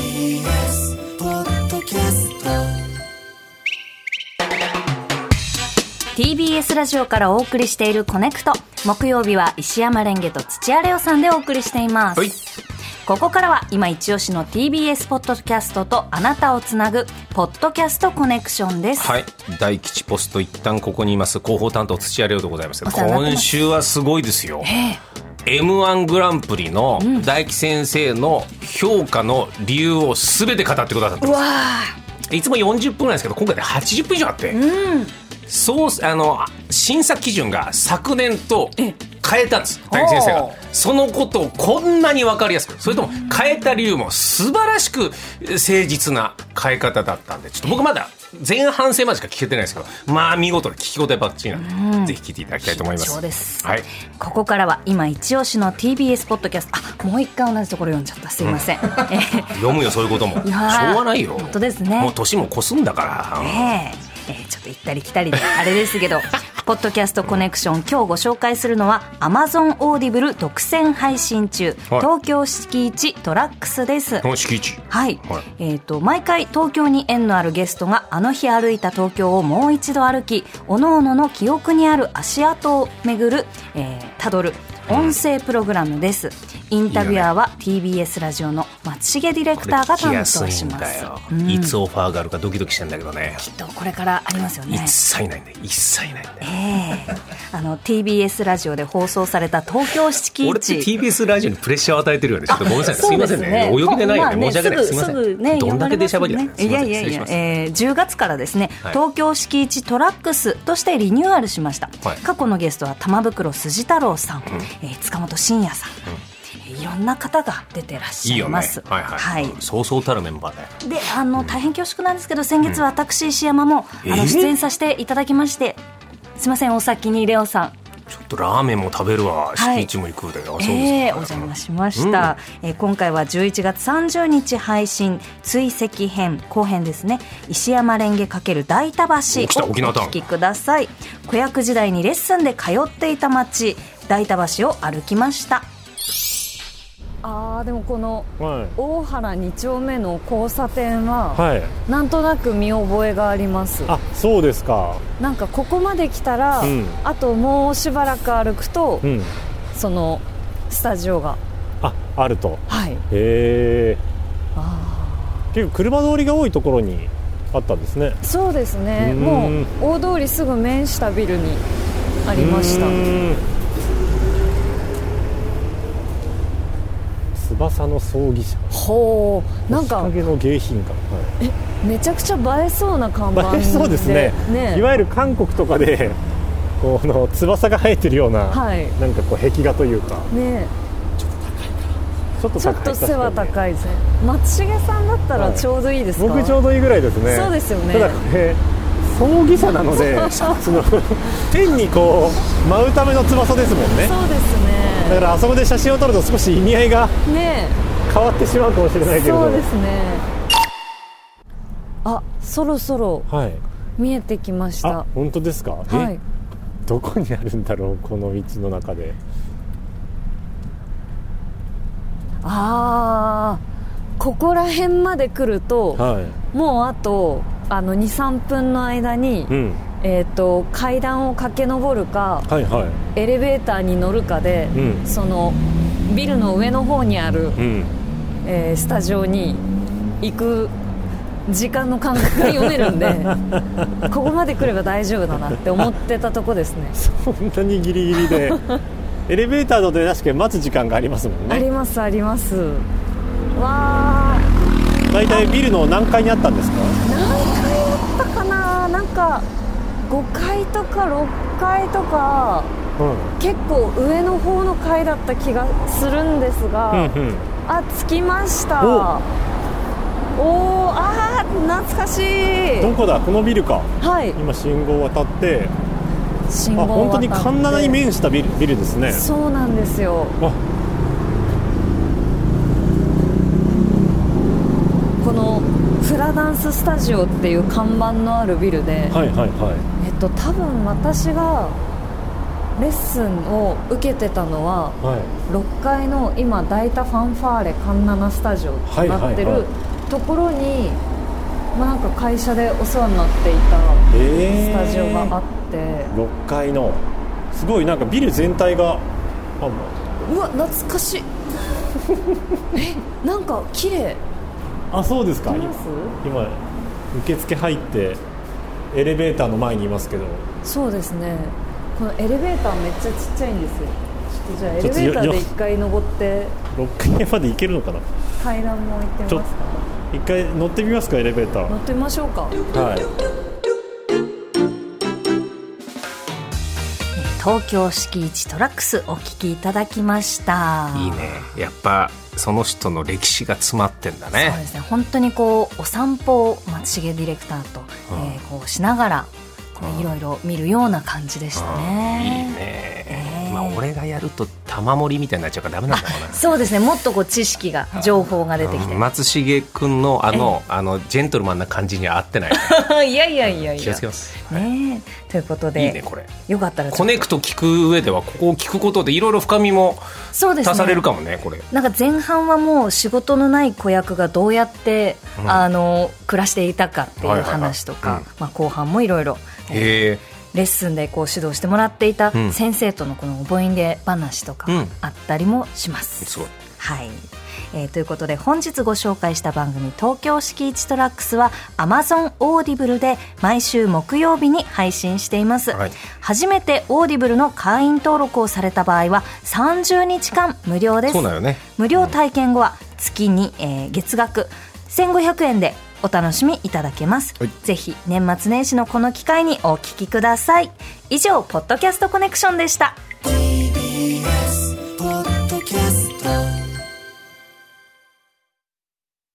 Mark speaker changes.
Speaker 1: TBS ポッドキャスト
Speaker 2: TBS ラジオからお送りしているコネクト木曜日は石山レンゲと土屋レオさんでお送りしています、
Speaker 3: はい
Speaker 2: ここからは今一押しの TBS ポッドキャストとあなたをつなぐポッドキャストコネクションです、
Speaker 3: はい大吉ポスト一旦ここにいます広報担当土屋レオでございます
Speaker 2: お世話になってます
Speaker 3: 今週はすごいですよ m 1グランプリの大吉先生の評価の理由を全て語ってくださってますいつも40分ぐらいですけど今回で80分以上あって、そうあの審査基準が昨年と変えたんです大吉先生
Speaker 2: お
Speaker 3: が
Speaker 2: ー
Speaker 3: そのことをこんなに分かりやすくそれとも変えた理由も素晴らしくえ誠実な変え方だったんでちょっと僕まだ前半戦までしか聞けてないですけどまあ見事で聞き応えばっちりなんでぜひ聞いていただきたいと思いま
Speaker 2: そう
Speaker 3: す。
Speaker 2: です
Speaker 3: はい
Speaker 2: ここからは今一押しの TBS ポッドキャストあもう一回同じところ読んじゃったすいま せん、えー
Speaker 3: 読むよそういうこともしょう
Speaker 2: いやー
Speaker 3: がないよ
Speaker 2: 本当ですね
Speaker 3: もう年も越すんだから、うん
Speaker 2: ねええーちょっと行ったり来たりであれです けどポッドキャストコネクション今日ご紹介するのは Amazon オーディブル独占配信中、
Speaker 3: はい
Speaker 2: 東京敷地トラックスです
Speaker 3: この敷地
Speaker 2: はい、
Speaker 3: はい
Speaker 2: えっ、と毎回東京に縁のあるゲストがあの日歩いた東京をもう一度歩き各々の記憶にある足跡を巡るえーたど、る音声プログラムですインタビュアーは TBS ラジオの松重ディレクターが担当します
Speaker 3: 聞きやすいんだよ、
Speaker 2: うん
Speaker 3: いつオファーがあるかドキドキしてんだけどね
Speaker 2: きっとこれからありますよね
Speaker 3: 一切ないんだよ一切ないんだよ
Speaker 2: ええあの TBS ラジオで放送された東京式
Speaker 3: 俺って
Speaker 2: 一
Speaker 3: TBS ラジオにプレッシャーを与えてるよね。ちょっとごめんなさい。すいませんね。お泳ぎでないよね。申し訳ない。すいま
Speaker 2: す
Speaker 3: せ
Speaker 2: ぐね、
Speaker 3: ん。どんだけ出しゃばりだ
Speaker 2: 読
Speaker 3: っ
Speaker 2: まれま
Speaker 3: た
Speaker 2: すねいやいやいや、
Speaker 3: え
Speaker 2: えー、10月からですね、
Speaker 3: はい
Speaker 2: 東京敷地トラックスとしてリニューアルしました、
Speaker 3: はい
Speaker 2: 過去のゲストは玉袋筋太郎さん、えー塚本慎也さん、えーいろんな方が出てらっ
Speaker 3: い
Speaker 2: し
Speaker 3: い
Speaker 2: ゃ
Speaker 3: よ
Speaker 2: い
Speaker 3: ね。
Speaker 2: ま
Speaker 3: はい
Speaker 2: す。
Speaker 3: はい。
Speaker 2: はい
Speaker 3: そうそうたるメンバーだよ。
Speaker 2: であの大変恐縮なんですけど先月私石山も、あ
Speaker 3: え
Speaker 2: の
Speaker 3: ー
Speaker 2: 出演させていただきまして、すいませんお先にレオさん
Speaker 3: ちょっとラーメンも食べるわ。
Speaker 2: い
Speaker 3: 敷地も行くだよ。あそう
Speaker 2: ええ
Speaker 3: で
Speaker 2: お
Speaker 3: す
Speaker 2: 邪
Speaker 3: か
Speaker 2: 魔しました、えー今回は11月30日配信追跡編後編ですね石山レンゲ×大田橋をお
Speaker 3: 来た沖縄タウン
Speaker 2: 聞きください子役時代にレッスンで通っていた町大田橋を歩きましたあーでもこの
Speaker 4: は、
Speaker 2: 大原2丁目の交差点はい
Speaker 4: はい、
Speaker 2: なんとなく見覚えがあります
Speaker 4: あそうですか、
Speaker 2: なんかここまで来たら
Speaker 4: うん
Speaker 2: あともうしばらく歩くと
Speaker 4: うん、
Speaker 2: そのスタジオが
Speaker 4: ああると、
Speaker 2: はい
Speaker 4: へえ、結構車通りが多いところにあったんですね。
Speaker 5: そうですね、
Speaker 4: うん
Speaker 5: もう大通りすぐ面したビルにありました
Speaker 4: う。ーん翼の葬儀社、
Speaker 5: ほう、なん
Speaker 4: 日
Speaker 5: か
Speaker 4: 陰の迎賓館、は
Speaker 5: めちゃくちゃ映えそうな看板
Speaker 4: い、
Speaker 5: で、
Speaker 4: 映えそうですねいわゆる韓国とかで、この翼が生えてるような、
Speaker 5: はい
Speaker 4: なんかこう壁画というか、
Speaker 5: ね、
Speaker 4: ちょっと
Speaker 5: ちょ
Speaker 4: 高い
Speaker 5: っと背は
Speaker 4: 確かにね
Speaker 5: 高いですね。松重さんだったら
Speaker 4: はい
Speaker 5: ちょうどいいですか。
Speaker 4: 僕ちょうどいいぐらいですね
Speaker 5: そうですよね
Speaker 4: ただこれ葬儀者なのでその天にこう舞うための翼ですもんね
Speaker 5: そうで
Speaker 4: だ
Speaker 5: す
Speaker 4: からあそこで写真を撮ると少し意味合いが
Speaker 5: ね。ね、
Speaker 4: 変わってしまうかもしれないけれど
Speaker 5: そうですね。あ、そろそろ
Speaker 4: はい
Speaker 5: 見えてきまし
Speaker 4: あ
Speaker 5: た。
Speaker 4: 本当ですか、
Speaker 5: は
Speaker 4: え
Speaker 5: い。
Speaker 4: どこにあるんだろうこの道の中で
Speaker 5: ああ、ここら辺まで来ると。
Speaker 4: は
Speaker 5: もうあとあの23分の間に、
Speaker 4: うん
Speaker 5: えー、と階段を駆け上るか
Speaker 4: はいは
Speaker 5: エレベーターに乗るかで、
Speaker 4: うん
Speaker 5: そのビルの上の方にある、
Speaker 4: いうん
Speaker 5: えースタジオに行く時間の感覚が読める んでここまで来れば大丈夫だなって思ってたとこですね
Speaker 4: そんなにギリギ リでエレベーターので確かに待つ時間がありますもん
Speaker 5: あ
Speaker 4: ね
Speaker 5: りますありますわあ
Speaker 4: 大体ビルの何階にあったんですか
Speaker 5: あったかななんか5階とか6階とか
Speaker 4: うん
Speaker 5: 結構上の方の階だった気がするんですが、
Speaker 4: うん
Speaker 5: あ着きました
Speaker 4: お
Speaker 5: おおーあー懐かし
Speaker 4: ど
Speaker 5: い
Speaker 4: こだこのビルか
Speaker 5: はい
Speaker 4: 今信号を渡って
Speaker 5: 信
Speaker 4: あ
Speaker 5: 号
Speaker 4: 本
Speaker 5: を
Speaker 4: 当
Speaker 5: 渡って
Speaker 4: にカンナナに面したビルビルですね
Speaker 5: そうなんですよ
Speaker 4: あ
Speaker 5: このフラダンススタジオっていう看板のあるビルで、
Speaker 4: はいはいは
Speaker 5: えっと多分私がレッスンを受けてたのはい
Speaker 4: はい
Speaker 5: 6階の今大田ファンファーレカンナナスタジオとなって
Speaker 4: はいはいは
Speaker 5: る
Speaker 4: い
Speaker 5: ところに、まあ、なんか会社でお世話になっていた
Speaker 4: え
Speaker 5: スタジオがあ
Speaker 4: っ
Speaker 5: って、
Speaker 4: 6階のすごいなんかビル全体があ
Speaker 5: うわ懐か しいえなんか綺麗
Speaker 4: あそうですか
Speaker 5: 見ます
Speaker 4: 今受付入ってエレベーターの前にいますけど
Speaker 5: そうですねこのエレベーターめっちゃちっちゃいんですよちょっとじゃあエ
Speaker 4: ち
Speaker 5: レ
Speaker 4: ょっと
Speaker 5: ベーター
Speaker 4: よ
Speaker 5: で
Speaker 4: よ
Speaker 5: 1階登って
Speaker 4: 6階まで行けるのかな
Speaker 5: 階段も行ってます
Speaker 4: ちょ
Speaker 5: か
Speaker 4: っと一回乗ってみますかエレベータ
Speaker 5: 乗ってみましょうか
Speaker 4: ーはい
Speaker 2: 東京敷地トラックスお聞きいただきました
Speaker 3: いいねやっぱその人の歴史が詰まってんだ
Speaker 2: そう
Speaker 3: ね
Speaker 2: ですね本当にこうお散歩を松重ディレクターと、えーこうしながらこういろいろ見るような感じでした
Speaker 3: いい
Speaker 2: ね。
Speaker 3: ねまあ俺がやると玉盛りみたいになっちゃうからダメなんだろうな
Speaker 2: そうですねもっとこう知識が情報が出てきて、
Speaker 3: 松重君のあのあのジェントルマンな感じには合ってない
Speaker 2: いやいやいやい
Speaker 3: 気を
Speaker 2: や
Speaker 3: つけ。ます
Speaker 2: ねえということで
Speaker 3: いいねこれ
Speaker 2: よかったらちょっと
Speaker 3: コネクト聞く上ではここを聞くことでいろいろ深みも
Speaker 2: そうですね
Speaker 3: 足されるかもねこれ
Speaker 2: なんか前半はもう仕事のない子役がどうやって、
Speaker 3: うん
Speaker 2: あの暮らしていたかってい
Speaker 3: はいうはいはい
Speaker 2: 話とか、
Speaker 3: うん
Speaker 2: まあ、後半もいろいろ
Speaker 3: へえ
Speaker 2: レッスンでこう指導してもらっていた
Speaker 3: うん
Speaker 2: 先生とのこの覚えんで話とか
Speaker 3: うん
Speaker 2: あったりもします。
Speaker 3: すごい
Speaker 2: はいえーということで本日ご紹介した番組「東京式1トラックス」は Amazon オーディブルで毎週木曜日に配信しています、
Speaker 3: はい
Speaker 2: 初めてオーディブルの会員登録をされた場合は30日間無料です
Speaker 3: そうなんよね
Speaker 2: 無料体験後は月に、えー月額1500円でお楽しみいただけます、
Speaker 3: はい
Speaker 2: ぜひ年末年始のこの機会にお聞きください以上「ポッドキャストコネクション」でした